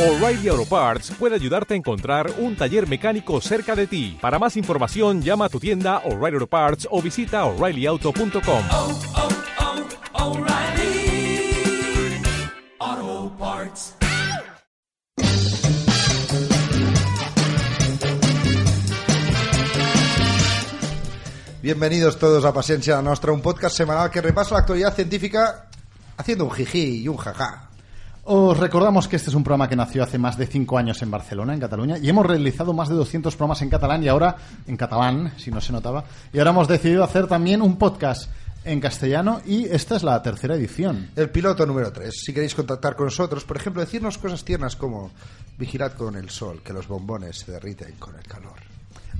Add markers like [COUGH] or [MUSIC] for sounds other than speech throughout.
O'Reilly Auto Parts puede ayudarte a encontrar un taller mecánico cerca de ti. Para más información, llama a tu tienda O'Reilly Auto Parts o visita oreillyauto.com. Oh, O'Reilly Auto Parts. Bienvenidos todos a Paciencia la Nostra, un podcast semanal que repasa la actualidad científica haciendo un jiji y un jaja. Os recordamos que este es un programa que nació hace más de cinco años en Barcelona, en Cataluña, y hemos realizado más de 200 programas en catalán y ahora en catalán, si no se notaba, y ahora hemos decidido hacer también un podcast en castellano y esta es la tercera edición. El piloto número 3. Si queréis contactar con nosotros, por ejemplo, decirnos cosas tiernas como vigilad con el sol, que los bombones se derriten con el calor.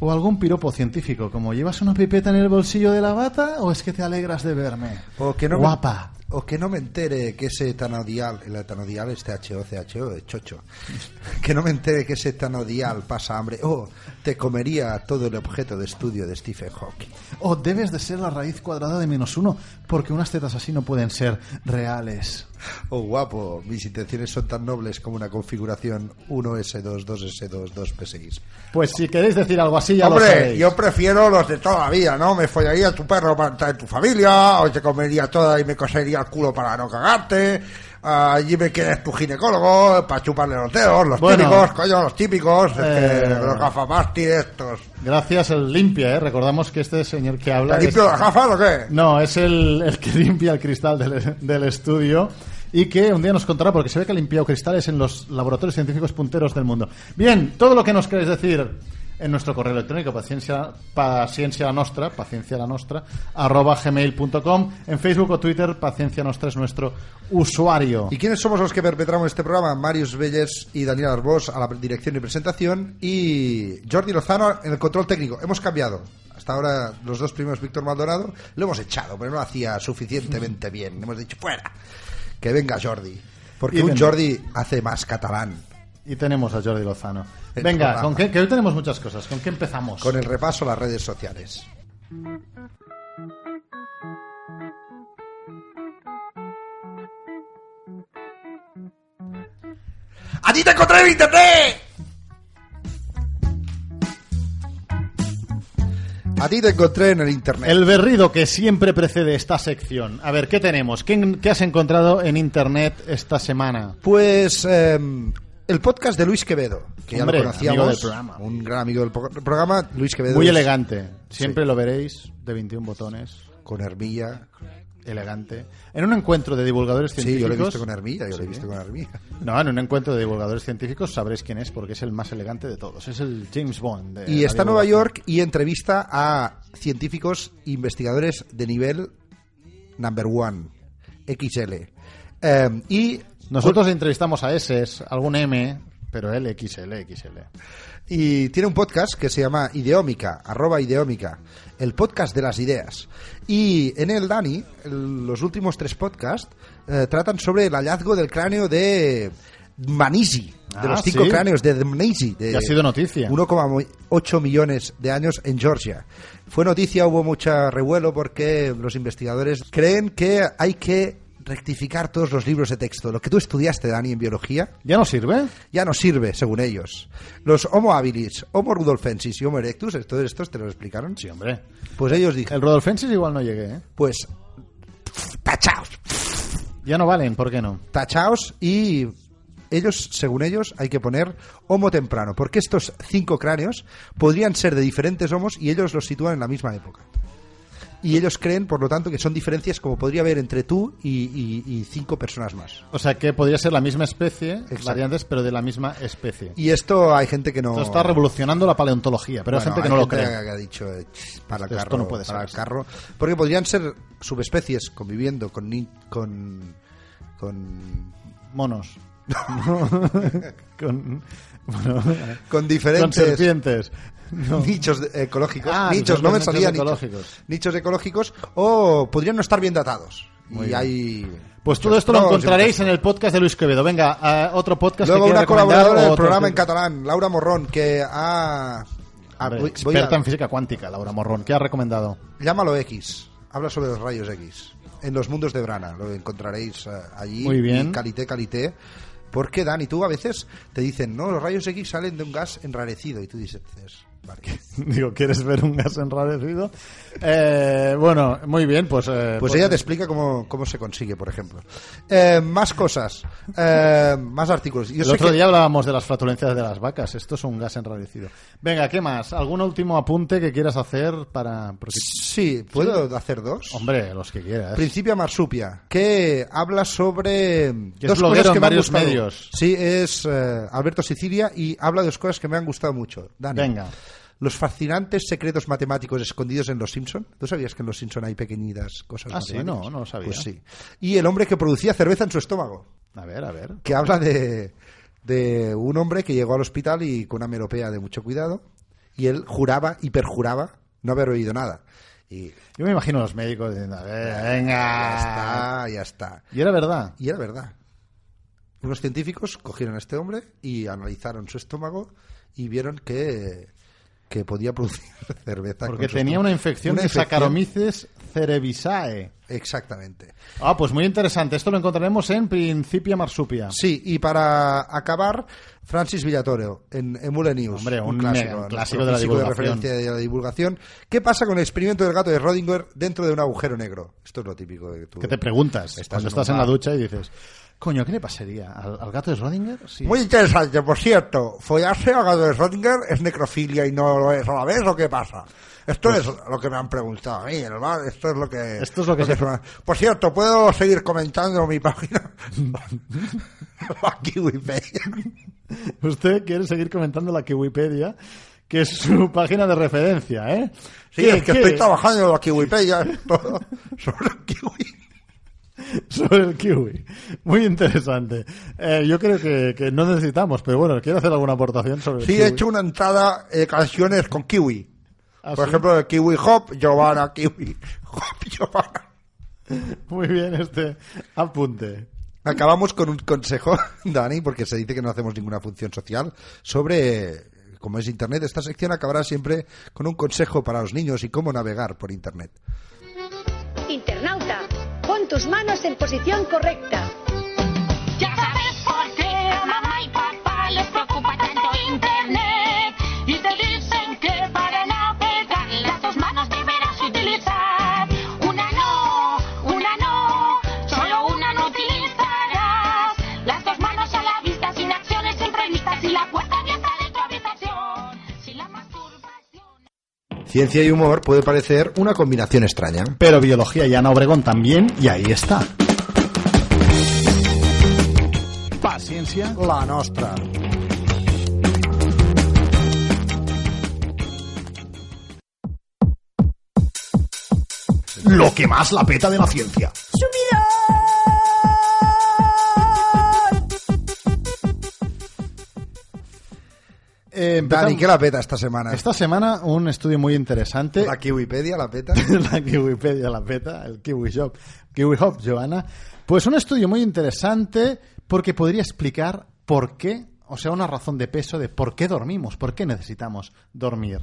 O algún piropo científico, como llevas una pipeta en el bolsillo de la bata o es que te alegras de verme. O que no Guapa. Me, o que no me entere que ese etanodial, el etanodial este es THO, CHO, de chocho. [LAUGHS] Que no me entere que ese etanodial pasa hambre. O te comería todo el objeto de estudio de Stephen Hawking. O debes de ser la raíz cuadrada de menos uno, porque unas tetas así no pueden ser reales. Oh, guapo, mis intenciones son tan nobles como una configuración 1S2, 2S2, 2P6. Pues si queréis decir algo así ya lo Hombre, sabéis. yo prefiero los de toda la vida, ¿no? Me follaría tu perro para entrar en tu familia, o te comería toda y me cosería el culo para no cagarte. Allí me quieres tu ginecólogo para chuparle los dedos, los Bueno. típicos, coño, los típicos, es que Eh. los gafamástiles estos. Gracias el limpia, ¿eh? recordamos que este señor que habla... ¿Te es- limpio las gafas o qué? No, es el, el que limpia el cristal del, del estudio y que un día nos contará porque se ve que ha limpiado cristales en los laboratorios científicos punteros del mundo. Bien, todo lo que nos queréis decir en nuestro correo electrónico, paciencia, paciencia la nostra, paciencia la nostra, arroba gmail.com, en Facebook o Twitter, paciencia nostra es nuestro usuario. ¿Y quiénes somos los que perpetramos este programa? Marius Vélez y Daniel Arbós a la dirección y presentación y Jordi Lozano en el control técnico. Hemos cambiado. Hasta ahora los dos primeros, Víctor Maldonado, lo hemos echado, pero no lo hacía suficientemente bien. Hemos dicho, fuera, que venga Jordi. Porque Y un venga. Jordi hace más catalán. Y tenemos a Jordi Lozano. El Venga, programa. ¿con qué? que hoy tenemos muchas cosas. ¿Con qué empezamos? Con el repaso a las redes sociales. ¡Allí te encontré en internet! A ti te encontré en el internet. El berrido que siempre precede esta sección. A ver, ¿qué tenemos? ¿Qué, qué has encontrado en internet esta semana? Pues eh, el podcast de Luis Quevedo, que ya Hombre, lo conocíamos. amigo del programa. Un gran amigo del po- programa, Luis Quevedo. Muy es- elegante. Siempre Sí. lo veréis, de 21 botones. Con Hermilla. Elegante. En un encuentro de divulgadores Sí, científicos. yo lo he visto con Hermilla, yo lo he Sí. visto con Hermilla. No, en un encuentro de divulgadores científicos sabréis quién es porque es el más elegante de todos. Es el James Bond. de Y la está en Nueva divulgación. York y entrevista a científicos e investigadores de nivel number one, XL. Eh, y, Nosotros entrevistamos a S, algún M, pero él XL, XL. y tiene un podcast que se llama Ideómica, arroba Ideómica, el podcast de las ideas. Y en el Dani, el- los últimos tres podcasts eh, tratan sobre el hallazgo del cráneo de Manisi, de Ah, los cinco sí. cráneos de Manisi. Y ha sido noticia. 1,8 millones de años en Georgia. Fue noticia, hubo mucho revuelo porque los investigadores creen que hay que rectificar todos los libros de texto. Lo que tú estudiaste, Dani, en biología, ¿Ya no sirve? ya no sirve, según ellos. Los Homo habilis, Homo rudolfensis y Homo erectus, todos estos te lo explicaron. Sí, hombre. Pues ellos El dijeron, Rodolfensis igual no llegué, ¿eh? pues tachaos, Ya no valen, ¿por qué no? tachaos y ellos, según ellos, hay que poner homo temprano, porque estos cinco cráneos podrían ser de diferentes homos y ellos los sitúan en la misma época. Y ellos creen, por lo tanto, que son diferencias como podría haber entre tú y, y- y cinco personas más. O sea que podría ser la misma especie, Exacto. variantes, pero de la misma especie. Y esto hay gente que no... Esto está revolucionando la paleontología, pero hay Bueno, gente que hay no lo gente cree. que ha dicho eh, ch, para el Esto carro, no puede para ser. el carro, porque podrían ser subespecies conviviendo con ni- con con Monos. con, bueno, con con diferentes [LAUGHS] serpientes. No. nichos de- ecológicos, Ah, nichos, no me nichos salía nichos ecológicos. nichos ecológicos o podrían no estar bien datados. y Muy bien. hay Pues todo esto lo Luego, encontraréis en el podcast de Luis Quevedo. Venga, a otro podcast Luego que una quiera recomendar colaboradora o del otro programa en que- catalán, Laura Morrón, que ha ha- Hombre, voy- voy a- experta en física cuántica, Laura Morrón. ¿Qué ha recomendado? [LAUGHS] llámalo X, habla sobre los rayos X en los mundos de Brana, lo encontraréis eh, allí Muy bien. y calité calité Porque, Dani, tú a veces te dicen, no, los rayos X salen de un gas enrarecido. Y tú dices, [LAUGHS] vale. Digo, ¿quieres ver un gas enrarecido? Eh, bueno, muy bien, pues... eh, Pues ella te explica cómo, cómo se consigue, por ejemplo. Eh, más cosas, eh, más artículos. Yo el sé otro que- día hablábamos de las flatulencias de las vacas. Esto es un gas enrarecido. Venga, ¿qué más? ¿Algún último apunte que quieras hacer para...? porque- Sí, ¿puedo hacer dos? Hombre, los que quieras. Principia Marsupia, que habla sobre Que es dos bloguero cosas que en me han varios gustado. medios. Sí, es eh, Alberto Sicilia y habla de dos cosas que me han gustado mucho. Dani, Venga. Los fascinantes secretos matemáticos escondidos en Los Simpson. ¿Tú sabías que en Los Simpson hay pequeñitas cosas? Ah, sí, matemáticas? no, no lo sabía. Pues sí. Y el hombre que producía cerveza en su estómago, A ver, a ver. que habla de, de un hombre que llegó al hospital y con una melopea de mucho cuidado y él juraba y perjuraba no haber oído nada. Y Yo me imagino a los médicos diciendo, a ver, Ah. ya venga. está, ya está. Y era verdad. Y era verdad. Unos científicos cogieron a este hombre y analizaron su estómago y vieron que, que podía producir [LAUGHS] cerveza. Porque con su tenía estómago. una infección Una de Saccharomyces cerevisae. Exactamente. Ah, pues muy interesante. Esto lo encontraremos en Principia Marsupia. Sí, y para acabar, Francis Villatoro en Emule News. Hombre, un mega ¿no? clásico de la Físico divulgación. referencia de la divulgación. ¿Qué pasa con el experimento del gato de Rodinger dentro de un agujero negro? Esto es lo típico de tú. Que te preguntas cuando en un estás en la bar. ducha y dices, coño, ¿qué le pasaría? ¿Al, al gato de Schrödinger? Sí. Muy interesante, por cierto. ¿Follarse al gato de Schrödinger es necrofilia y no lo es a la vez o qué pasa? Esto es lo que me han preguntado a mí, en el bar, Esto es lo que. Pues Esto es lo que se- suena. Por cierto, ¿puedo seguir comentando mi [LAUGHS] página? Aquí Wikipedia. Usted quiere seguir comentando la Wikipedia, que es su [LAUGHS] página de referencia, ¿eh? Sí, ¿Qué- es que qué? estoy trabajando en la Kiwipedia. es todo [LAUGHS] sobre el kiwi. Sobre el kiwi. Muy interesante. Eh, yo creo que, que no necesitamos, pero bueno, quiero hacer alguna aportación sobre el Sí, kiwi. he hecho una entrada de canciones con kiwi. ¿Ah, Por sí? ejemplo, el kiwi hop, Giovanna, kiwi hop, [LAUGHS] Giovanna. Muy bien este apunte. Acabamos con un consejo, [LAUGHS] Dani, porque se dice que no hacemos ninguna función social, sobre eh, cómo es Internet. Esta sección acabará siempre con un consejo para los niños y cómo navegar por Internet. Internauta, pon tus manos en posición correcta. Ya sabes por qué a mamá y papá les preocupa tanto internet y te dicen que para navegar las dos manos deberás utilizar una no, una no, solo una no utilizarás las dos manos a la vista sin acciones imprevistas y la puerta abierta de tu habitación sin la masturbación. Ciencia y humor puede parecer una combinación extraña. Pero biología y Ana Obregón también, y ahí está. Paciencia. La nostra. Lo que más la peta de la ciencia. Eh, empezamos- Dani, ¿qué la peta esta eh, semana? Esta semana un estudio muy interesante. La Kiwipedia la peta. [LAUGHS] la Kiwipedia la peta, el Kiwi Shop, Kiwi Hop, Joana. Pues un estudio muy interesante porque podría explicar por qué, o sea, una razón de peso de por qué dormimos, por qué necesitamos dormir.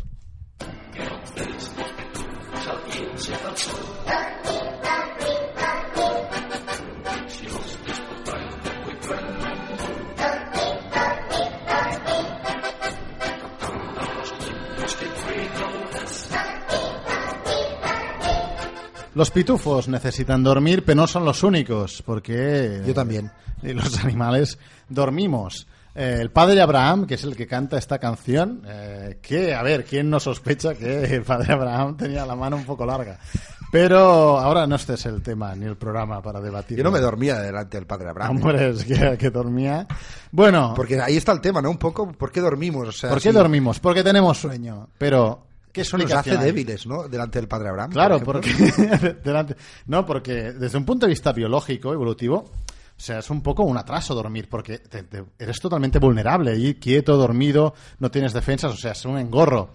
Los pitufos necesitan dormir, pero no son los únicos, porque [LAUGHS] Yo también. [LAUGHS] y los animales dormimos. Eh, el padre Abraham, que es el que canta esta canción, eh, que, a ver, ¿quién no sospecha que el padre Abraham tenía la mano un poco larga? Pero ahora no este es el tema ni el programa para debatir. Yo no me dormía delante del padre Abraham. ¿eh? Hombre, es que, que dormía. Bueno, ¿por, Porque ahí está el tema, ¿no? Un poco, ¿por qué dormimos? O sea, qué sí, dormimos? Porque tenemos sueño. Pero, ¿qué Eso nos hace explicación hay? débiles, ¿no? Delante del padre Abraham. Claro, por porque [LAUGHS] ejemplo. delante- no, porque desde un punto de vista biológico, evolutivo, o sea, es un poco un atraso dormir, porque te- te- eres totalmente vulnerable, y quieto, dormido, no tienes defensas, o sea, es un engorro.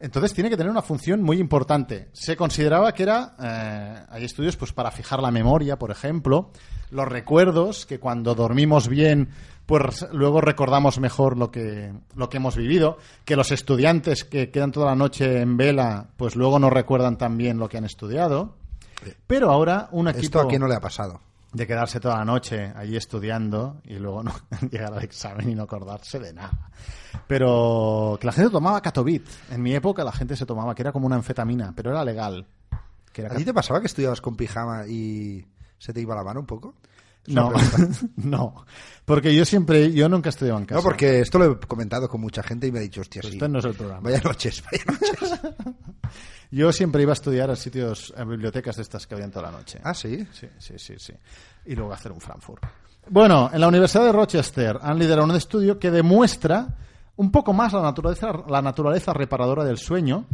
Entonces tiene que tener una función muy importante. Se consideraba que era, eh, hay estudios pues para fijar la memoria, por ejemplo, los recuerdos, que cuando dormimos bien, pues luego recordamos mejor lo que, lo que hemos vivido, que los estudiantes que quedan toda la noche en vela, pues luego no recuerdan tan bien lo que han estudiado. Pero ahora un equipo... [LAUGHS] Esto a quién no le ha pasado. de quedarse toda la noche allí estudiando y luego no, [LAUGHS] llegar al examen y no acordarse de nada. Pero que la gente tomaba Catovit. En mi época la gente se tomaba, que era como una anfetamina, pero era legal. Que era ¿A ti te pasaba que estudiabas con pijama y se te iba la mano un poco? Es una No, [LAUGHS] pregunta. no. Porque yo siempre, yo nunca estudiaba en casa. No, porque esto lo he comentado con mucha gente y me ha dicho, hostia, Pues sí. este no es el programa. Vaya noches, [LAUGHS] vaya noches. Yo siempre iba a estudiar a sitios, a bibliotecas de estas que habían toda la noche. ah, sí. Sí, sí, sí, sí. Y luego hacer un Frankfurt. Bueno, en la Universidad de Rochester han liderado un estudio que demuestra un poco más la naturaleza, la naturaleza reparadora del sueño.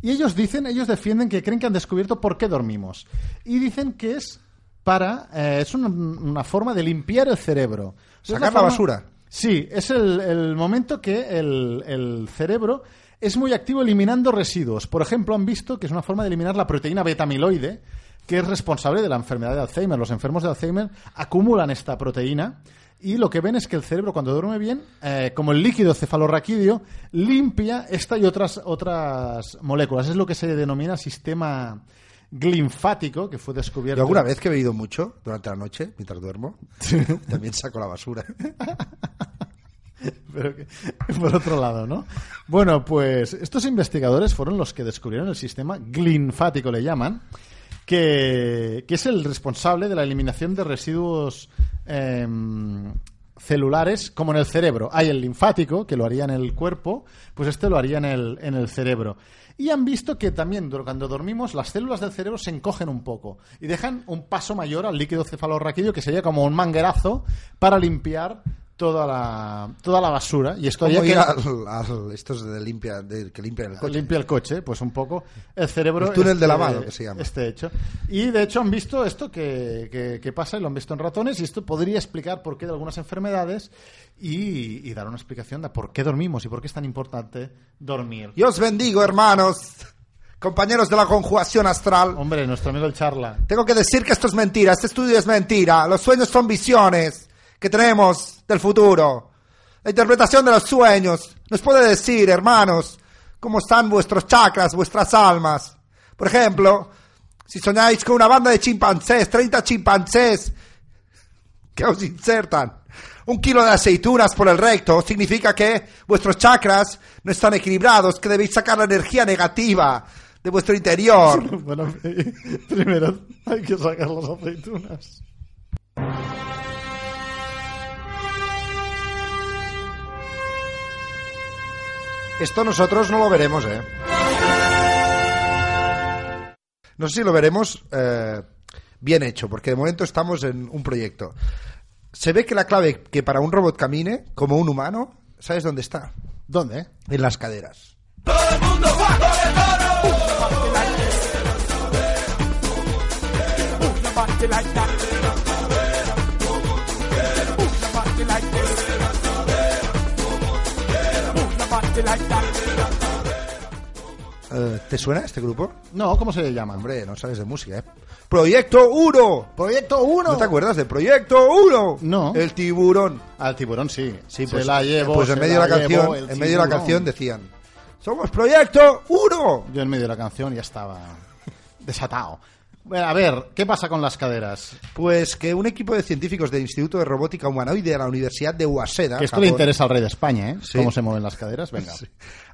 Y ellos dicen, ellos defienden que creen que han descubierto por qué dormimos. Y dicen que es para, eh, es una, una forma de limpiar el cerebro. Es Sacar la la basura. Sí, es el, el momento que el, el cerebro es muy activo eliminando residuos. Por ejemplo, han visto que es una forma de eliminar la proteína beta-amiloide, que es responsable de la enfermedad de Alzheimer. Los enfermos de Alzheimer acumulan esta proteína y lo que ven es que el cerebro, cuando duerme bien, eh, como el líquido cefalorraquídeo, limpia esta y otras, otras moléculas. Es lo que se denomina sistema glinfático, que fue descubierto. Yo alguna vez que he bebido mucho durante la noche, mientras duermo, [LAUGHS] también saco la [LAUGHS] basura. Pero que- [LAUGHS] por otro lado, ¿no? Bueno, pues estos investigadores fueron los que descubrieron el sistema glinfático, le llaman, que, que es el responsable de la eliminación de residuos em, celulares, como en el cerebro. Hay el linfático, que lo haría en el cuerpo, pues este lo haría en el, en el cerebro. Y han visto que también dur- cuando dormimos las células del cerebro se encogen un poco y dejan un paso mayor al líquido cefalorraquídeo, que sería como un manguerazo para limpiar toda la, toda la basura. Y esto ¿Cómo haría que ir al, al- estos de limpia, de- que limpian el coche? [LAUGHS] limpia el coche, pues un poco el cerebro. El túnel de lavado, que se llama. Este hecho. Y de hecho han visto esto que, que- que pasa y lo han visto en ratones y esto podría explicar por qué de algunas enfermedades y, y dar una explicación de por qué dormimos y por qué es tan importante dormir. Yo os bendigo, hermanos, compañeros de la conjugación astral. Hombre, nuestro amigo [LAUGHS] el charla. Tengo que decir que esto es mentira, este estudio es mentira. Los sueños son visiones que tenemos del futuro. La interpretación de los sueños nos puede decir, hermanos, cómo están vuestros chakras, vuestras almas. Por ejemplo, si soñáis con una banda de chimpancés, 30 chimpancés que os insertan un kilo de aceitunas por el recto, significa que vuestros chakras no están equilibrados, que debéis sacar la energía negativa de vuestro interior. [LAUGHS] Bueno, primero hay que sacar las aceitunas. Esto nosotros no lo veremos, ¿eh? No sé si lo veremos eh, bien hecho, porque de momento estamos en un proyecto. Se ve que la clave que para un robot camine como un humano, ¿sabes dónde está? ¿Dónde? En las caderas. Eh, ¿Te suena este grupo? No, ¿cómo se le llama? Hombre, no sabes de música, ¿eh? Proyecto 1. Proyecto 1. ¿No te acuerdas de Proyecto 1? No. El tiburón. Al tiburón sí. Sí, Se pues, la llevo. pues en se medio de la llevo, canción, el en medio de la tiburón. canción decían, somos Proyecto 1. Yo en medio de la canción ya estaba desatado. Bueno, a ver, ¿qué pasa con las caderas? Pues que un equipo de científicos del Instituto de Robótica Humanoide de la Universidad de Waseda, Que esto Japón, le interesa al rey de España, ¿eh? Sí. ¿Cómo se mueven las caderas? Venga.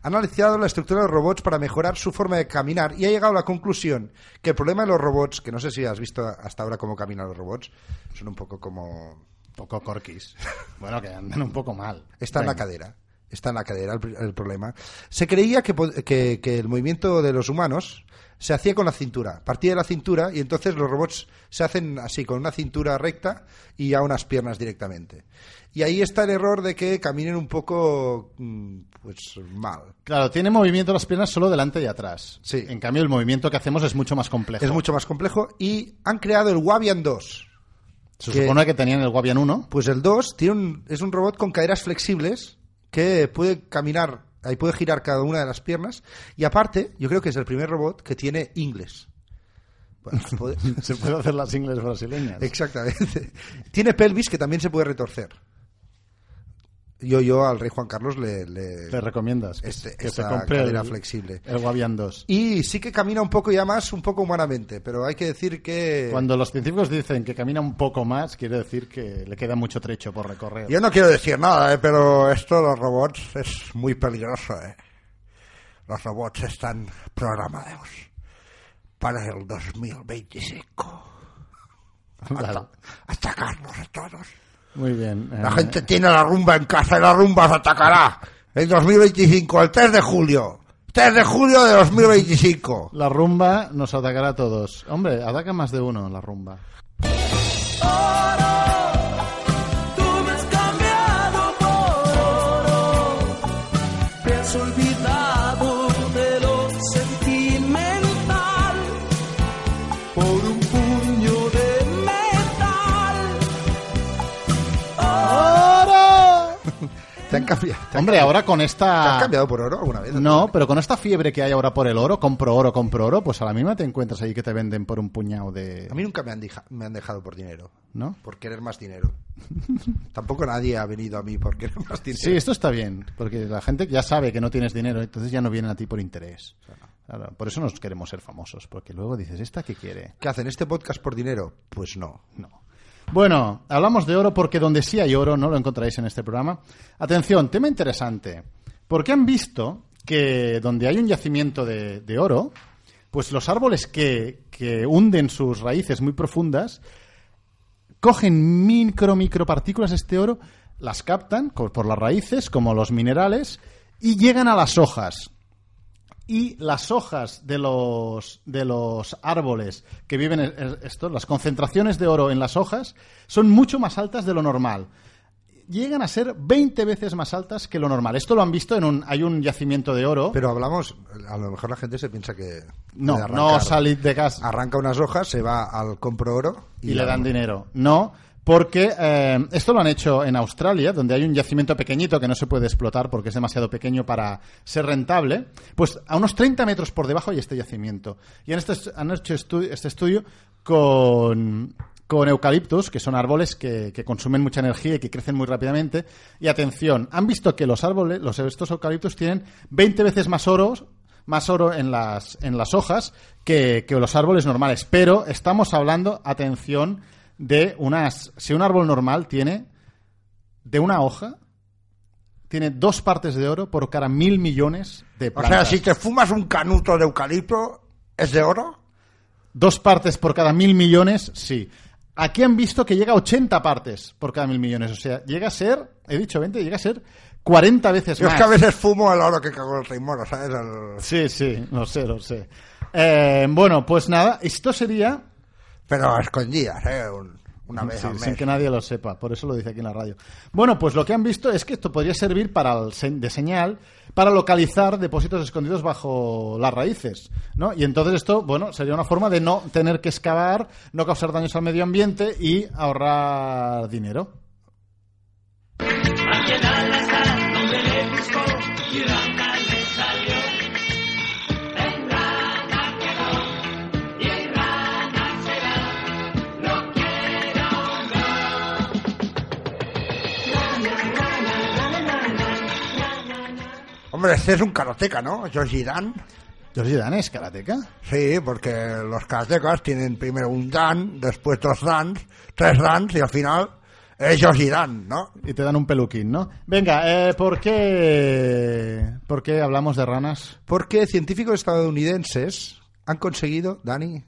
han analizado la estructura de los robots para mejorar su forma de caminar y ha llegado a la conclusión que el problema de los robots, que no sé si has visto hasta ahora cómo caminan los robots, son un poco como Un poco corquis. Bueno, que andan un poco mal. Está en la Venga. cadera. Está en la cadera el, pr- el problema. Se creía que, po- que- que el movimiento de los humanos se hacía con la cintura. Partía de la cintura y entonces los robots se hacen así, con una cintura recta y ya unas piernas directamente. Y ahí está el error de que caminen un poco, mm, pues, mal. Claro, tiene movimiento las piernas solo delante y atrás. Sí. En cambio, el movimiento que hacemos es mucho más complejo. Es mucho más complejo y han creado el Wabian 2. Se que- supone que tenían el [LAUGHS] Guavian 1. Pues el 2 tiene un- es un robot con caderas flexibles que puede caminar, ahí puede girar cada una de las piernas. Y aparte, yo creo que es el primer robot que tiene inglés. Bueno, puede- [LAUGHS] Se puede hacer las ingles brasileñas. exactamente. Tiene pelvis que también se puede retorcer. Yo, yo al rey Juan Carlos le... le- Te recomiendas que, Este- que se esta compre cadera el, flexible. el Guavian 2. Y sí que camina un poco ya más, un poco humanamente, pero hay que decir que... Cuando los científicos dicen que camina un poco más, quiere decir que le queda mucho trecho por recorrer. Yo no quiero decir nada, eh, pero esto de los robots es muy peligroso. eh. Los robots están programados para el 2025. Vale. Atacarnos a todos. Muy bien. La Eh, gente tiene la rumba en casa y la rumba os atacará. El 2025, el 3 de julio. 3 de julio de 2025. La rumba nos atacará a todos. Hombre, ataca más de uno la rumba. Tú me has cambiado por oro, me has olvidado de lo sentimental, por un puño de metal. [LAUGHS] ¿Te han cambiado? te han- Hombre, ahora con ¿Te han esta... cambiado por oro alguna vez? Ah. No, pero con esta fiebre que hay ahora por el oro, compro oro, compro oro, pues a la misma te encuentras ahí que te venden por un puñado de... A mí nunca me han, deja- me han dejado por dinero. ¿No? Por querer más [LAUGHS] dinero. Tampoco nadie ha venido a mí por querer más dinero. Sí, esto está bien, porque la gente ya sabe que no tienes dinero, entonces ya no vienen a ti por interés. Claro, por eso nos queremos ser famosos, porque luego dices, ¿esta qué quiere? ¿Qué hacen este podcast por dinero? Pues no. No. Bueno, hablamos de oro porque donde sí hay oro no lo encontraréis en este programa. Atención, tema interesante. Porque han visto que donde hay un yacimiento de, de oro, pues los árboles que, que hunden sus raíces muy profundas cogen micro micropartículas de este oro, las captan co- por las raíces, como los minerales, y llegan a las hojas y las hojas de los de los árboles que viven e- e- esto, las concentraciones de oro en las hojas son mucho más altas de lo normal. Llegan a ser 20 veces más altas que lo normal. Esto lo han visto en un hay un yacimiento de oro. Pero hablamos, a lo mejor la gente se piensa que... no, de arrancar- Ah, no salid de gas Arranca unas hojas, se va al compro oro y, le dan dinero. No, porque eh, esto lo han hecho en Australia, donde hay un yacimiento pequeñito que no se puede explotar porque es demasiado pequeño para ser rentable. Pues a unos 30 metros por debajo hay este yacimiento. Y han, esto- han hecho estu- este estudio con, con eucaliptus, que son árboles que, que consumen mucha energía y que crecen muy rápidamente. Y atención, han visto que los árboles, los, estos eucaliptus tienen 20 veces más oros más oro en las, en las hojas que, que los árboles normales. Pero estamos hablando, atención, de unas. Si un árbol normal tiene. De una hoja. Tiene dos partes de oro por cada mil millones de O sea, plantas. si te fumas un canuto de eucalipto, ¿es de oro? Dos partes por cada mil millones, sí. Aquí han visto que llega a 80 partes por cada mil millones. O sea, llega a ser. He dicho 20, llega a ser 40 veces Yo es más. que a veces fumo el oro que cagó el rey moro, ¿sabes? El- Sí, sí, lo sé, lo sé. Eh, bueno, pues nada, esto sería Pero a escondidas, ¿eh? Un- una vez Sí, al mes. sin que nadie lo sepa, por eso lo dice aquí en la radio. Bueno, pues lo que han visto es que esto podría servir para el se- de señal para localizar depósitos escondidos bajo las raíces, ¿no? Y entonces esto, bueno, sería una forma de no tener que excavar, no causar daños al medio ambiente y ahorrar dinero. Hombre, este es un karateka, ¿no? George Dan. Georgie Dan es karateca. Sí, porque los karatecas tienen primero un dan, después dos dans, tres dans y al final es George Dan, ¿no? Y te dan un peluquín, ¿no? Venga, eh, ¿por qué, por qué hablamos de ranas? Porque científicos estadounidenses han conseguido, Dani,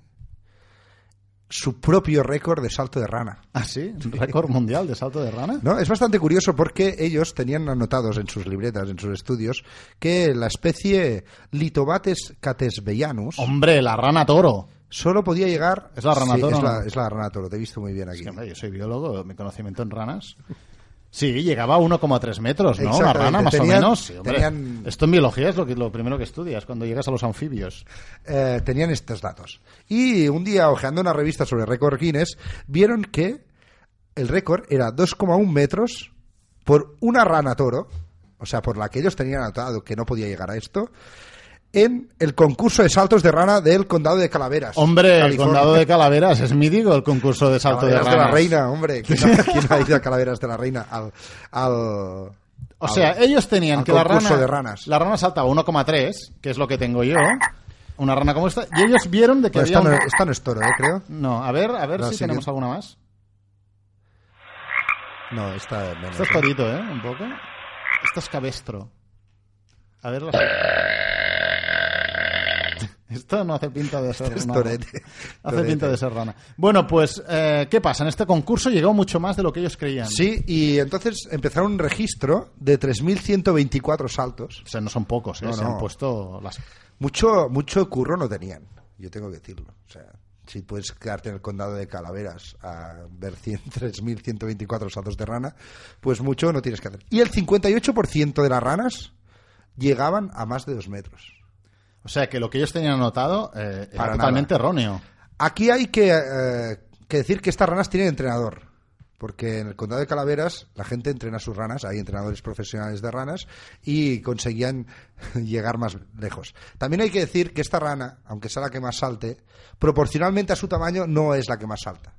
su propio récord de salto de rana. Ah, sí, [LAUGHS] récord mundial de salto de rana. ¿No? Es bastante curioso porque ellos tenían anotados en sus libretas, en sus estudios, que la especie Litobates catesbellanus Hombre, la rana toro. solo podía llegar... ¿Es la rana Sí, toro, es, la, no? es la rana toro, te he visto muy bien aquí. Sí, hombre, yo soy biólogo, mi conocimiento en ranas. Sí, llegaba a 1,3 metros, ¿no? Una Exactamente, rana, más tenían- o menos. Sí, hombre. tenían- Esto en biología es lo, que, lo primero que estudias cuando llegas a los anfibios. eh, tenían estos datos. Y un día, hojeando una revista sobre récord Guinness, vieron que el récord era 2,1 metros por una rana toro, o sea, por la que ellos tenían anotado que no podía llegar a esto, en el concurso de saltos de rana del condado de Calaveras. Hombre, el California. condado de Calaveras es mítico el concurso de salto de Calaveras ranas. de la Reina, hombre. ¿Quién ha, quién ha ido a Calaveras de la Reina? Al, al, O sea, ellos tenían al que la concurso rana, de ranas. la rana saltaba 1,3, que es lo que tengo yo, una rana como esta, y ellos vieron de que Bueno, esta, había... no, un- esta no es toro, ¿eh? Creo. No, a ver, a ver La si siguiente. tenemos alguna más. No, esta es menos. Esto es torito, ¿eh? Un poco. Esto es cabestro. A ver la... [LAUGHS] Esto no hace pinta de ser es una- torete. Hace Torete. pinta de ser rana. Bueno, pues, eh, ¿qué pasa? En este concurso llegó mucho más de lo que ellos creían. Sí, y entonces empezaron un registro de 3.124 saltos. O sea, no son pocos, ¿eh? No, Se no. han puesto las... Mucho, mucho curro no tenían, yo tengo que decirlo. O sea, si puedes quedarte en el condado de Calaveras a ver [LAUGHS] 100 3.124 saltos de rana, pues mucho no tienes que hacer. Y el 58% de las ranas llegaban a más de 2 metros. O sea, que lo que ellos tenían anotado eh, era Para nada. totalmente erróneo. Aquí hay que, eh, que decir que estas ranas tienen entrenador. Porque en el condado de Calaveras la gente entrena sus ranas, hay entrenadores profesionales de ranas y conseguían [LAUGHS] llegar más lejos. También hay que decir que esta rana, aunque sea la que más salte, proporcionalmente a su tamaño no es la que más salta.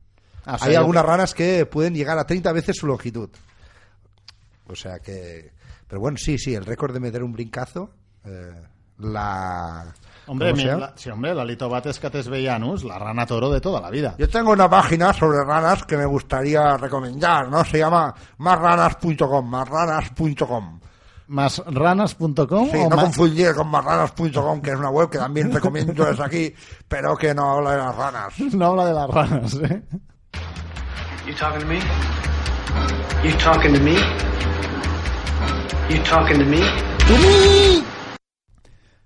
Ah, o sea, hay lo algunas ranas que pueden llegar a 30 veces su longitud. O sea que... Pero bueno, sí, sí, el récord de meter un brincazo, eh, la... Hombre, ¿cómo se mi- llama? la, sí, hombre, la Litobatescates veianus, la rana toro de toda la vida. Yo tengo una página sobre ranas que me gustaría recomendar, ¿no? Se llama masranas.com, masranas.com. Masranas.com Sí, o no Oh, ma- confundir con masranas.com, que es una web que también recomiendo desde aquí, pero que no habla de las ranas. [LAUGHS] no habla de las ranas, ¿eh? You talking to me? You talking to me? You talking to me?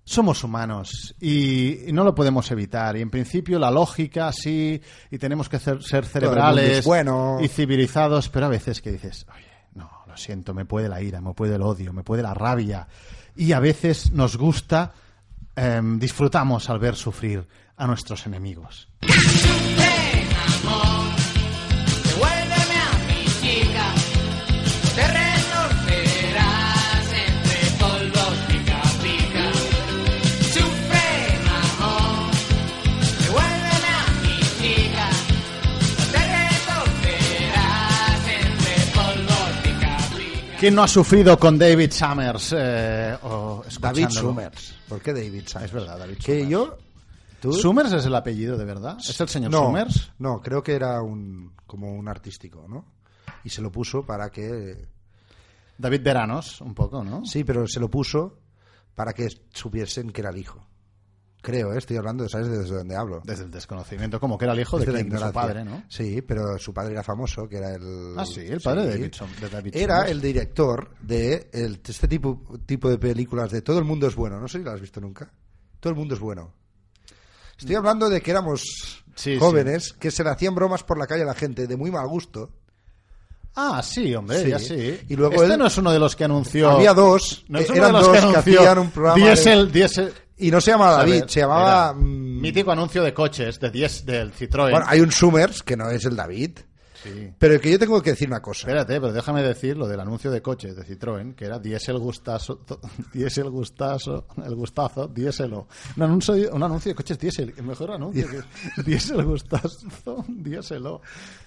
Somos humanos y, y no lo podemos evitar. Y en principio la lógica sí, y tenemos que ser, ser el mundo cerebrales es bueno. y civilizados, pero a veces que dices, oye, no, lo siento, me puede la ira, me puede el odio, me puede la rabia. Y a veces nos gusta, em, disfrutamos al ver sufrir a nuestros enemigos. Devuélveme a mi chica, te retorcerás entre polvos pica pica. Sufre, mamón, devuélveme a mi chica, te retorcerás entre polvos pica pica. ¿Quién no ha sufrido con David Summers? eh, o David escuchándolo? Summers. ¿Por qué David Summers? Es verdad, David Que Summers. yo... ¿Tú? ¿Summers es el apellido de verdad? ¿Es el señor no, Summers? No, creo que era un como un artístico, ¿no? Y se lo puso para que... David Veranos, un poco, ¿no? Sí, pero se lo puso para que supiesen que era el hijo. Creo, ¿eh? estoy hablando, ¿sabes desde dónde hablo? Desde el desconocimiento, como que era el hijo de, Desde la King, de su ignorancia. padre, ¿no? Sí, pero su padre era famoso, que era el... Ah, sí, el padre de David Som- de David Era Summers. el director de el- este tipo, tipo de películas de Todo el mundo es bueno. No sé si la has visto nunca. Todo el mundo es bueno. Estoy hablando de que éramos Sí, jóvenes que se le hacían bromas por la calle a la gente de muy mal gusto. Ah, sí, hombre, Sí. ya sí. Y luego este él- no es uno de los que anunció... Había dos, No eh, es uno eran de los dos que que anunció hacían un programa de- Diesel, Diesel... Y no se llamaba A David, ver, se llamaba... era mm, Mítico anuncio de coches, de 10 del Citroën. Bueno, hay un Summers, que no es el David. Sí. Pero que yo tengo que decir una cosa. Espérate, pero déjame decir lo del anuncio de coches de Citroën, que era Diesel Gustazo, [LAUGHS] to- Diesel Gustazo, el Gustazo, Dieselo. Un anuncio, un anuncio de coches Diesel, el mejor [LAUGHS] anuncio. que- Diesel Gustazo, [LAUGHS] Dieselo.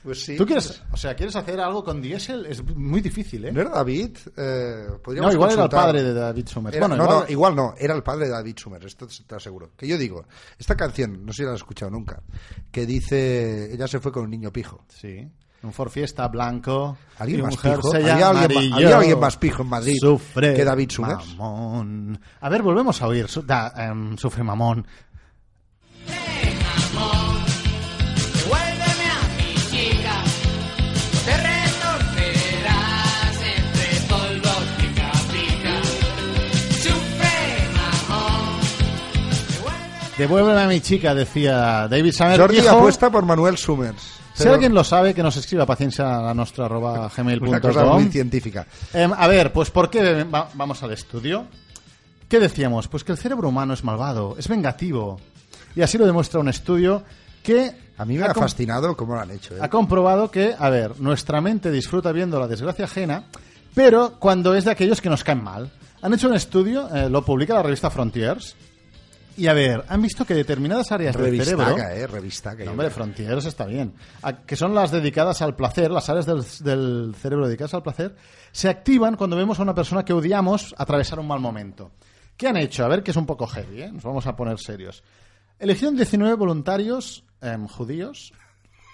Pues sí. ¿Tú quieres, o sea, quieres hacer algo con Diesel? Es muy difícil, ¿eh? ¿No era David? Eh, No, podríamos igual era el consultar. padre de David Summers. Era- bueno, no, igual, no, igual no, era el padre de David Summers, esto te aseguro. Que yo digo, esta canción, no sé si la has escuchado nunca, que dice, ella se fue con un niño pijo. Sí. Un Ford Fiesta blanco. ¿Alguien y un más pijo? jersey ¿Había alguien ma- amarillo. había alguien más pijo en Madrid Sufre que David Summers? Mamón. A ver, volvemos a oír. su- da, em, sufre mamón. Devuélveme a mi chica, te retorcerás entre polvos pica pica. Sufre, mamón, devuélveme. Devuélveme a mi chica, decía David Summers. Jordi hijo. apuesta por Manuel Summers. Si Pero alguien lo sabe, que nos escriba paciencia a nuestra arroba Una cosa muy gmail.com. científica. Em, a ver, pues ¿por qué va- vamos al estudio? ¿Qué decíamos? Pues que el cerebro humano es malvado, es vengativo. Y así lo demuestra un estudio que... A mí me ha ha com- fascinado cómo lo han hecho. ¿eh? Ha comprobado que, a ver, nuestra mente disfruta viendo la desgracia ajena, pero cuando es de aquellos que nos caen mal. Han hecho un estudio, eh, lo publica la revista Frontiers, Y a ver, han visto que determinadas áreas del cerebro... Revistaca, eh, revistaca. No, hombre, Frontiers está bien. A- que son las dedicadas al placer, las áreas del, del cerebro dedicadas al placer, se activan cuando vemos a una persona que odiamos atravesar un mal momento. ¿Qué han hecho? A ver, que es un poco heavy, ¿eh? Nos vamos a poner serios. Eligieron 19 voluntarios em, judíos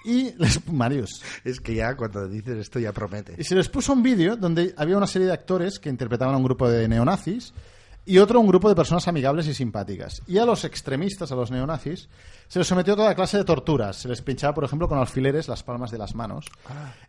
y les... Marius. Es que ya cuando dices esto ya promete. Y se les puso un vídeo donde había una serie de actores que interpretaban a un grupo de neonazis y otro un grupo de personas amigables y simpáticas. Y a los extremistas, a los neonazis, se les sometió a toda clase de torturas. Se les pinchaba, por ejemplo, con alfileres las palmas de las manos.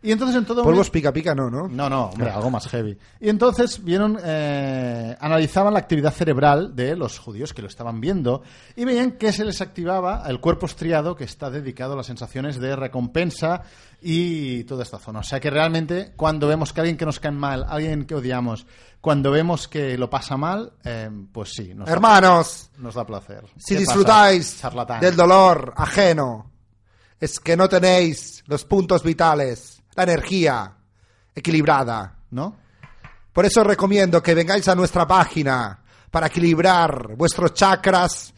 Y entonces en todo Polvos pica pica no, ¿no? no, no, hombre, algo más heavy. Y entonces vieron, eh, analizaban la actividad cerebral de los judíos que lo estaban viendo y veían que se les activaba el cuerpo estriado que está dedicado a las sensaciones de recompensa y toda esta zona. O sea que realmente cuando vemos que alguien que nos cae mal, alguien que odiamos, cuando vemos que lo pasa mal, eh, pues sí, nos, da, Hermanos, nos da placer. si ¿Qué pasa, disfrutáis charlatán? del dolor ajeno, es que no tenéis los puntos vitales, la energía equilibrada. ¿No? Por eso os recomiendo que vengáis a nuestra página para equilibrar vuestros chakras,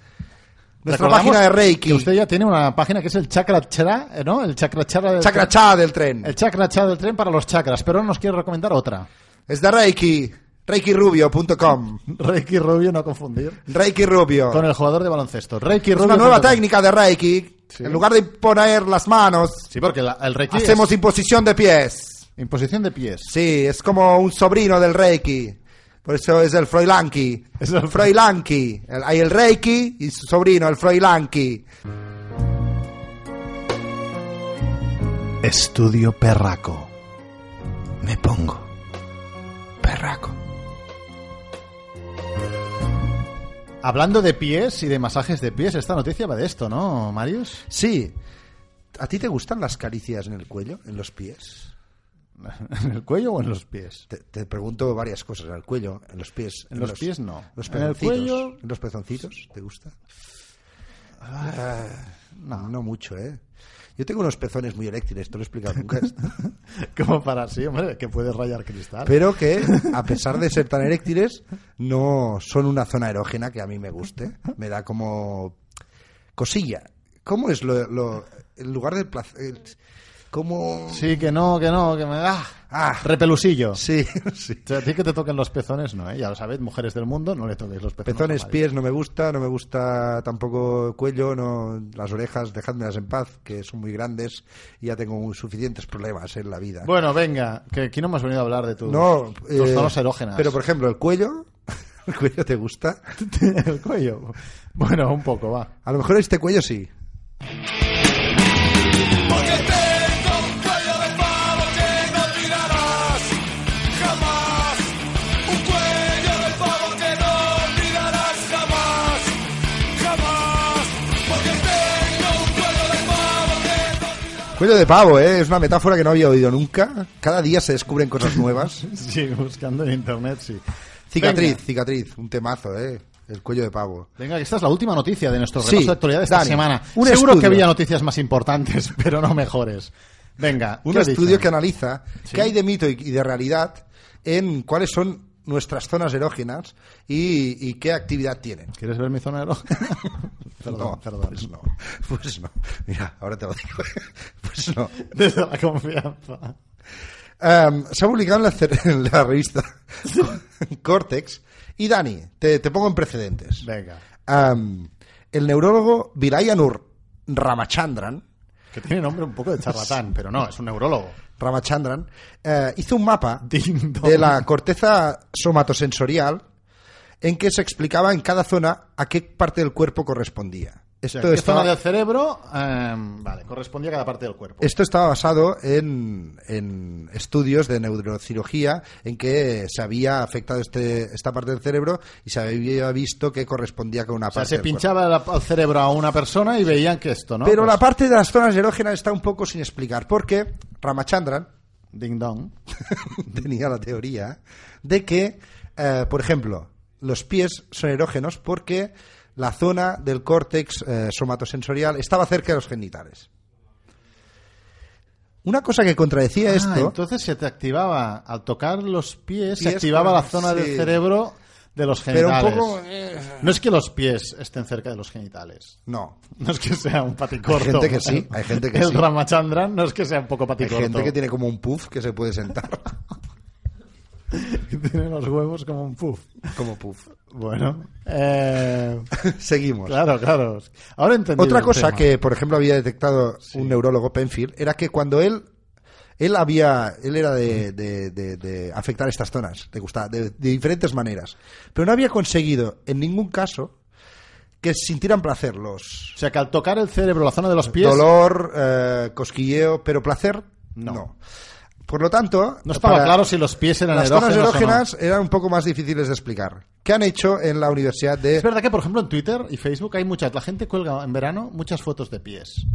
nuestra Recordamos página de Que Reiki, usted ya tiene una página que es el Chakra Chara, eh, ¿no? El Chakra Chara del chakra cha del tren. El chakra chá del tren para los chakras, pero nos quiere recomendar otra. Es de Reiki, reikirubio.com. Reiki Rubio, no confundir. Reiki Rubio. Con el jugador de baloncesto. Reiki Es Rubio. una nueva técnica de Reiki. Sí. En lugar de poner las manos, Sí, porque la- el Reiki hacemos es imposición de pies. imposición de pies. Sí, es como un sobrino del Reiki. Por eso es el Froilanki. Es el- Froilanki. El- Hay el Reiki y su sobrino, el Froilanki. Estudio Perraco. Me pongo. Perraco. Hablando de pies y de masajes de pies, esta noticia va de esto, ¿no, Marius? Sí. ¿A ti te gustan las caricias en el cuello, en los pies? ¿En el cuello o en los pies? Te, te pregunto varias cosas. En el cuello, en los pies. En los pies no. Los En el pezoncitos. cuello- ¿En los pezoncitos? ¿Te gusta? Ah, no. no mucho, ¿eh? Yo tengo unos pezones muy eréctiles, te lo he explicado nunca. [LAUGHS] esto. [LAUGHS] Como para sí, hombre, que puedes rayar cristal. Pero que, a pesar de ser tan eréctiles, no son una zona erógena que a mí me guste. Me da como cosilla. ¿Cómo es lo, lo- el lugar del placer? ¿Cómo...? Sí, que no, que no, que me da. Ah. Repelusillo. Sí, sí. O sea, a ti que te toquen los pezones, no, ¿eh? Ya lo sabéis, mujeres del mundo, no le toquéis los pezones. Pezones, a Marius. pies, no me gusta, no me gusta tampoco el cuello, no las orejas, dejádmelas en paz, que son muy grandes y ya tengo suficientes problemas en la vida. Bueno, venga, que aquí no hemos venido a hablar de tus, no, tus eh, zonas erógenas. Pero por ejemplo, el cuello, [LAUGHS] el cuello te gusta. [LAUGHS] el cuello. Bueno, un poco, va. A lo mejor este cuello sí. Porque tengo un cuello de pavo que no olvidarás jamás. Un cuello de pavo que no olvidarás jamás. Jamás. Porque tengo un cuello de pavo que no Cuello de pavo, ¿eh? es una metáfora que no había oído nunca. Cada día se descubren cosas [LAUGHS] nuevas. Sí, buscando en internet, sí. Cicatriz, Venga. cicatriz, un temazo, ¿eh? el cuello de pavo. Venga, que esta es la última noticia de nuestro Sí, repaso de actualidad de esta Dani, semana. un Seguro estudio. que había noticias más importantes, [LAUGHS] pero no mejores. Venga, Un ¿qué estudio dicen? que analiza qué hay de mito y y de realidad en cuáles son nuestras zonas erógenas y, y qué actividad tienen. ¿Quieres ver mi [LAUGHS] zona erógena? perdón, no, perdón. Pues no, pues no. Mira, ahora te lo digo. [LAUGHS] Pues no. [LAUGHS] Desde la confianza. Em, se ha publicado en la, cer- [LAUGHS] en la revista Cortex. Y Dani, te, te pongo en precedentes. Venga. Em, el neurólogo Virayanur Ramachandran, Que tiene nombre un poco de charlatán, pero no, es un neurólogo. Ramachandran eh, hizo un mapa [LAUGHS] Ding dong. de la corteza somatosensorial en que se explicaba en cada zona a qué parte del cuerpo correspondía. O sea, Esto, ¿qué estaba, zona del cerebro? em, vale, correspondía a cada parte del cuerpo. esto estaba basado en, en estudios de neurocirugía en que se había afectado este, esta parte del cerebro y se había visto que correspondía con una O sea, parte se del cuerpo. pinchaba la- al cerebro a una persona y veían que esto, ¿no? Pero Pues, la parte de las zonas erógenas está un poco sin explicar, porque Ramachandran, Ding dong. [LAUGHS] tenía la teoría de que, eh, por ejemplo, los pies son erógenos porque la zona del córtex eh, somatosensorial estaba cerca de los genitales. Una cosa que contradecía Ah, esto entonces se te activaba, al tocar los pies, se Pies activaba con- la zona sí. del cerebro de los Pero un genitales. poco, eh. No es que los pies estén cerca de los genitales. No. No es que sea un paticorto. Hay gente que sí, hay gente que El sí. Ramachandran no es que sea un poco Hay paticorto. gente que tiene como un puff que se puede sentar. [LAUGHS] que tiene los huevos como un puff. Como [LAUGHS] puff. Bueno. eh, Seguimos. claro, claro. Ahora entendí. Otra el cosa tema. que, por ejemplo, había detectado un neurólogo Penfield era que cuando él él había él era Mm. de, de- de- de afectar estas zonas, le gustaba de, de diferentes maneras, pero no había conseguido en ningún caso que sintieran placer los O sea, que al tocar el cerebro, la zona de los pies, dolor, eh, cosquilleo, pero placer no. Por lo tanto, no estaba para- claro si los pies eran las zonas erógenos o no. erógenas eran un poco más difíciles de explicar. ¿Qué han hecho en la Universidad de Es verdad que, por ejemplo, en Twitter y Facebook hay muchas. La gente cuelga en verano muchas fotos de pies.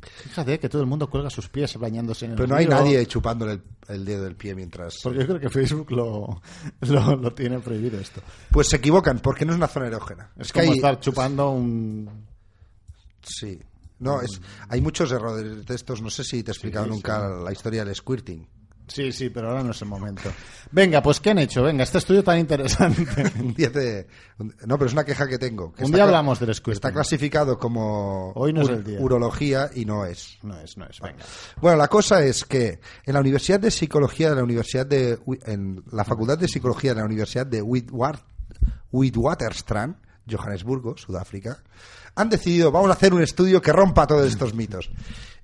Fíjate que todo el mundo cuelga sus pies bañándose en el Pero no hay río. nadie chupándole el, el dedo del pie mientras. Porque yo creo que Facebook lo, lo, lo tiene prohibido esto. Pues se equivocan, porque no es una zona erógena. Es que como hay- estar chupando un. Sí. No, es, hay muchos errores de estos. No sé si te he explicado Sí, nunca la historia del squirting. Sí, sí, pero ahora no es el momento. Venga, pues ¿qué han hecho? Venga, este estudio [LAUGHS] tan interesante. Un día te- un- no, pero es una queja que tengo. que Un está día cla- hablamos del squirting. Está clasificado como Hoy no es el día. urología y no es. No es, no es, venga. Bueno, la cosa es que en la Universidad de Psicología de la Universidad de Wi- en la Facultad de Psicología de la Universidad de Witwar- Witwatersrand, Johannesburgo, Sudáfrica, han decidido vamos a hacer un estudio que rompa todos estos mitos.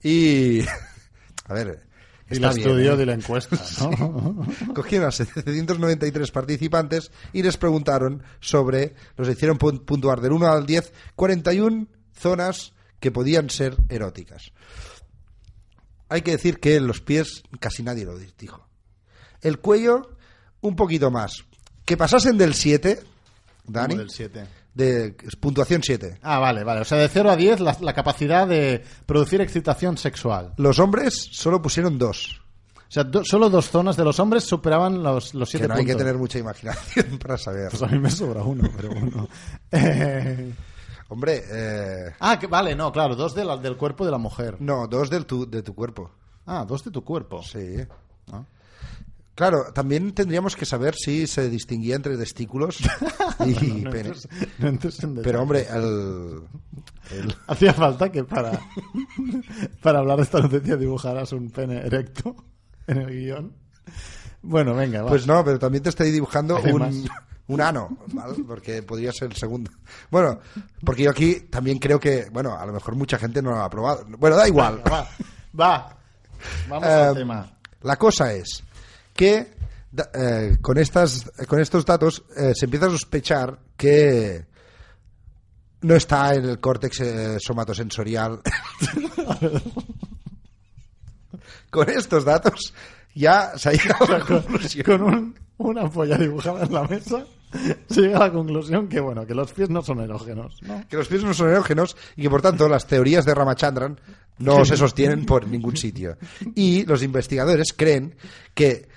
Y [LAUGHS] a ver, Y el está bien, estudio ¿eh? de la encuesta, [LAUGHS] ¿no? Cogieron a 793 participantes y les preguntaron sobre, los hicieron pun- puntuar del 1 al 10, 41 zonas que podían ser eróticas. Hay que decir que los pies casi nadie lo dijo. El cuello, un poquito más. Que pasasen del 7, Dani, Como del 7. de puntuación 7. Ah, vale, vale. O sea, de 0 a 10 la, la capacidad de producir excitación sexual. Los hombres solo pusieron 2. O sea, do- solo dos zonas de los hombres superaban los, los Que 7 no hay que tener mucha imaginación [LAUGHS] para saber. [LAUGHS] Pues a mí me sobra uno, pero bueno. [LAUGHS] Eh, Hombre, eh, Ah, que, vale, no, claro, dos de la- del cuerpo de la mujer. no, dos del tu- de tu cuerpo. Ah, dos de tu cuerpo. Sí. Ah. Claro, también tendríamos que saber si se distinguía entre testículos y [LAUGHS] No pene. entres- [LAUGHS] no entres en detalle. Pero hombre, el, el- Hacía falta que para, [LAUGHS] para hablar de esta noticia dibujaras un pene erecto [LAUGHS] en el guión. Bueno, venga, va. pues no, pero también te estoy dibujando Hay más. un, [LAUGHS] un ano, ¿vale? porque podría ser el segundo. Bueno, porque yo aquí también creo que, bueno, a lo mejor mucha gente no lo ha probado. Bueno, da igual. Venga, va. Va. Vamos al Eh, tema. La cosa es que da- eh, con, estas, con estos datos eh, se empieza a sospechar que no está en el córtex eh, somatosensorial. [LAUGHS] con estos datos ya se ha llegado a la conclusión. Con un- una polla dibujada en la mesa se llega a la conclusión que, bueno, que los pies no son erógenos, ¿no? Que los pies no son erógenos y que por tanto las teorías de Ramachandran no se sostienen por ningún sitio. Y los investigadores creen que,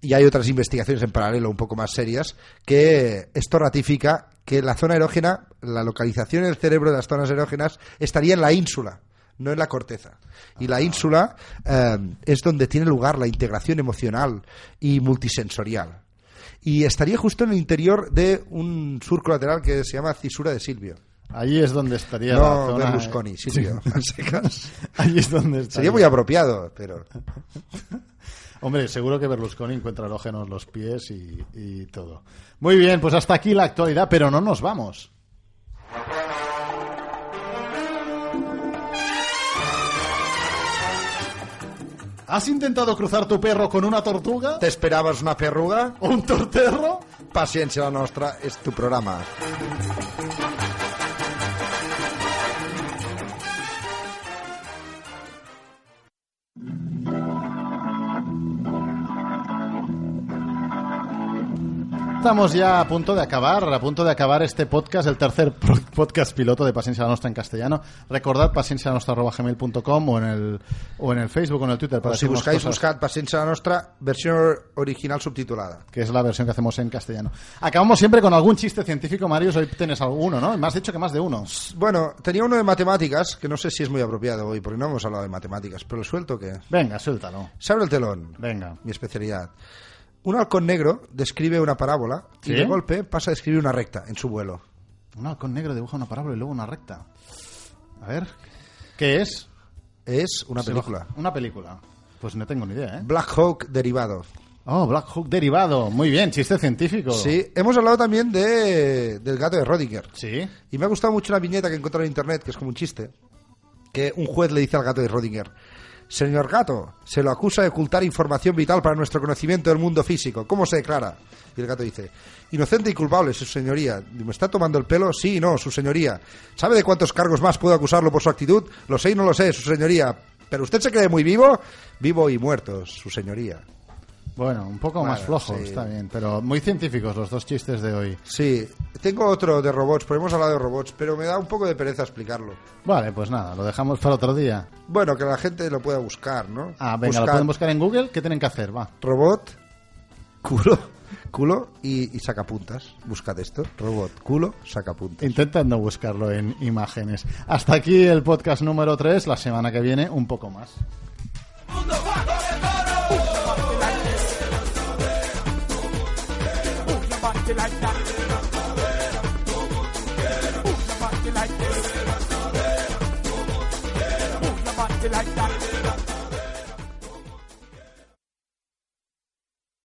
y hay otras investigaciones en paralelo un poco más serias, que esto ratifica que la zona erógena, la localización del cerebro de las zonas erógenas estaría en la ínsula, no en la corteza. Y la ínsula eh, es donde tiene lugar la integración emocional y multisensorial. Y estaría justo en el interior de un surco lateral que se llama cisura de Silvio. Ahí es donde estaría la No zona... Berlusconi, [LAUGHS] Silvio. a secas. Ahí es donde estaría. Sería muy apropiado, pero Hombre, seguro que Berlusconi encuentra erógenos los pies y, y todo. Muy bien, pues hasta aquí la actualidad, pero no nos vamos. ¿Has intentado cruzar tu perro con una tortuga? ¿te esperabas una perruga? ¿O un torterro? Paciencia la nostra, es tu programa. Estamos ya a punto de acabar, a punto de acabar este podcast, el tercer pro- podcast piloto de Paciencia la Nostra en castellano. Recordad paciencianostra.gmail.com o en el o en el Facebook o en el Twitter para O si decirnos buscáis, cosas. buscad Paciencia la nostra, versión or- original subtitulada. que es la versión que hacemos en castellano. Acabamos siempre con algún chiste científico, Marius. Hoy tienes alguno, ¿no? Me has dicho que más de uno. Bueno, tenía uno de matemáticas, que no sé si es muy apropiado hoy, porque no hemos hablado de matemáticas, pero lo suelto que... Venga, suéltalo. Se abre el telón. Venga. Mi especialidad. Un halcón negro describe una parábola ¿Sí? y de golpe pasa a describir una recta en su vuelo. Un halcón negro dibuja una parábola y luego una recta. A ver. ¿Qué es? Es una película. Una película. Pues no tengo ni idea, ¿eh? Black Hawk derivado. Oh, Black Hawk derivado. Muy bien, chiste científico. Sí, hemos hablado también de, del gato de Rodinger. Sí. Y me ha gustado mucho una viñeta que encontré en internet, que es como un chiste, que un juez le dice al gato de Rodinger, Señor gato, se lo acusa de ocultar información vital para nuestro conocimiento del mundo físico. ¿Cómo se declara? Y el gato dice, inocente y culpable, su señoría. ¿Me está tomando el pelo? Sí, y no, su señoría. ¿Sabe de cuántos cargos más puedo acusarlo por su actitud? Lo sé y no lo sé, su señoría. ¿Pero usted se cree muy vivo? Vivo y muerto, su señoría. Bueno, un poco más Bueno, flojo, sí. está bien. Pero muy científicos los dos chistes de hoy. Sí, tengo otro de robots, porque hemos hablado de robots, pero me da un poco de pereza explicarlo. Vale, pues nada, lo dejamos para otro día. Bueno, que la gente lo pueda buscar, ¿no? Ah, venga, lo Buscar pueden buscar en Google. ¿Qué tienen que hacer? Va. Robot, culo, culo y, y sacapuntas. Buscad esto. Robot, culo, sacapuntas. Intentad no buscarlo en imágenes. Hasta aquí el podcast número 3. La semana que viene, un poco más. Like that.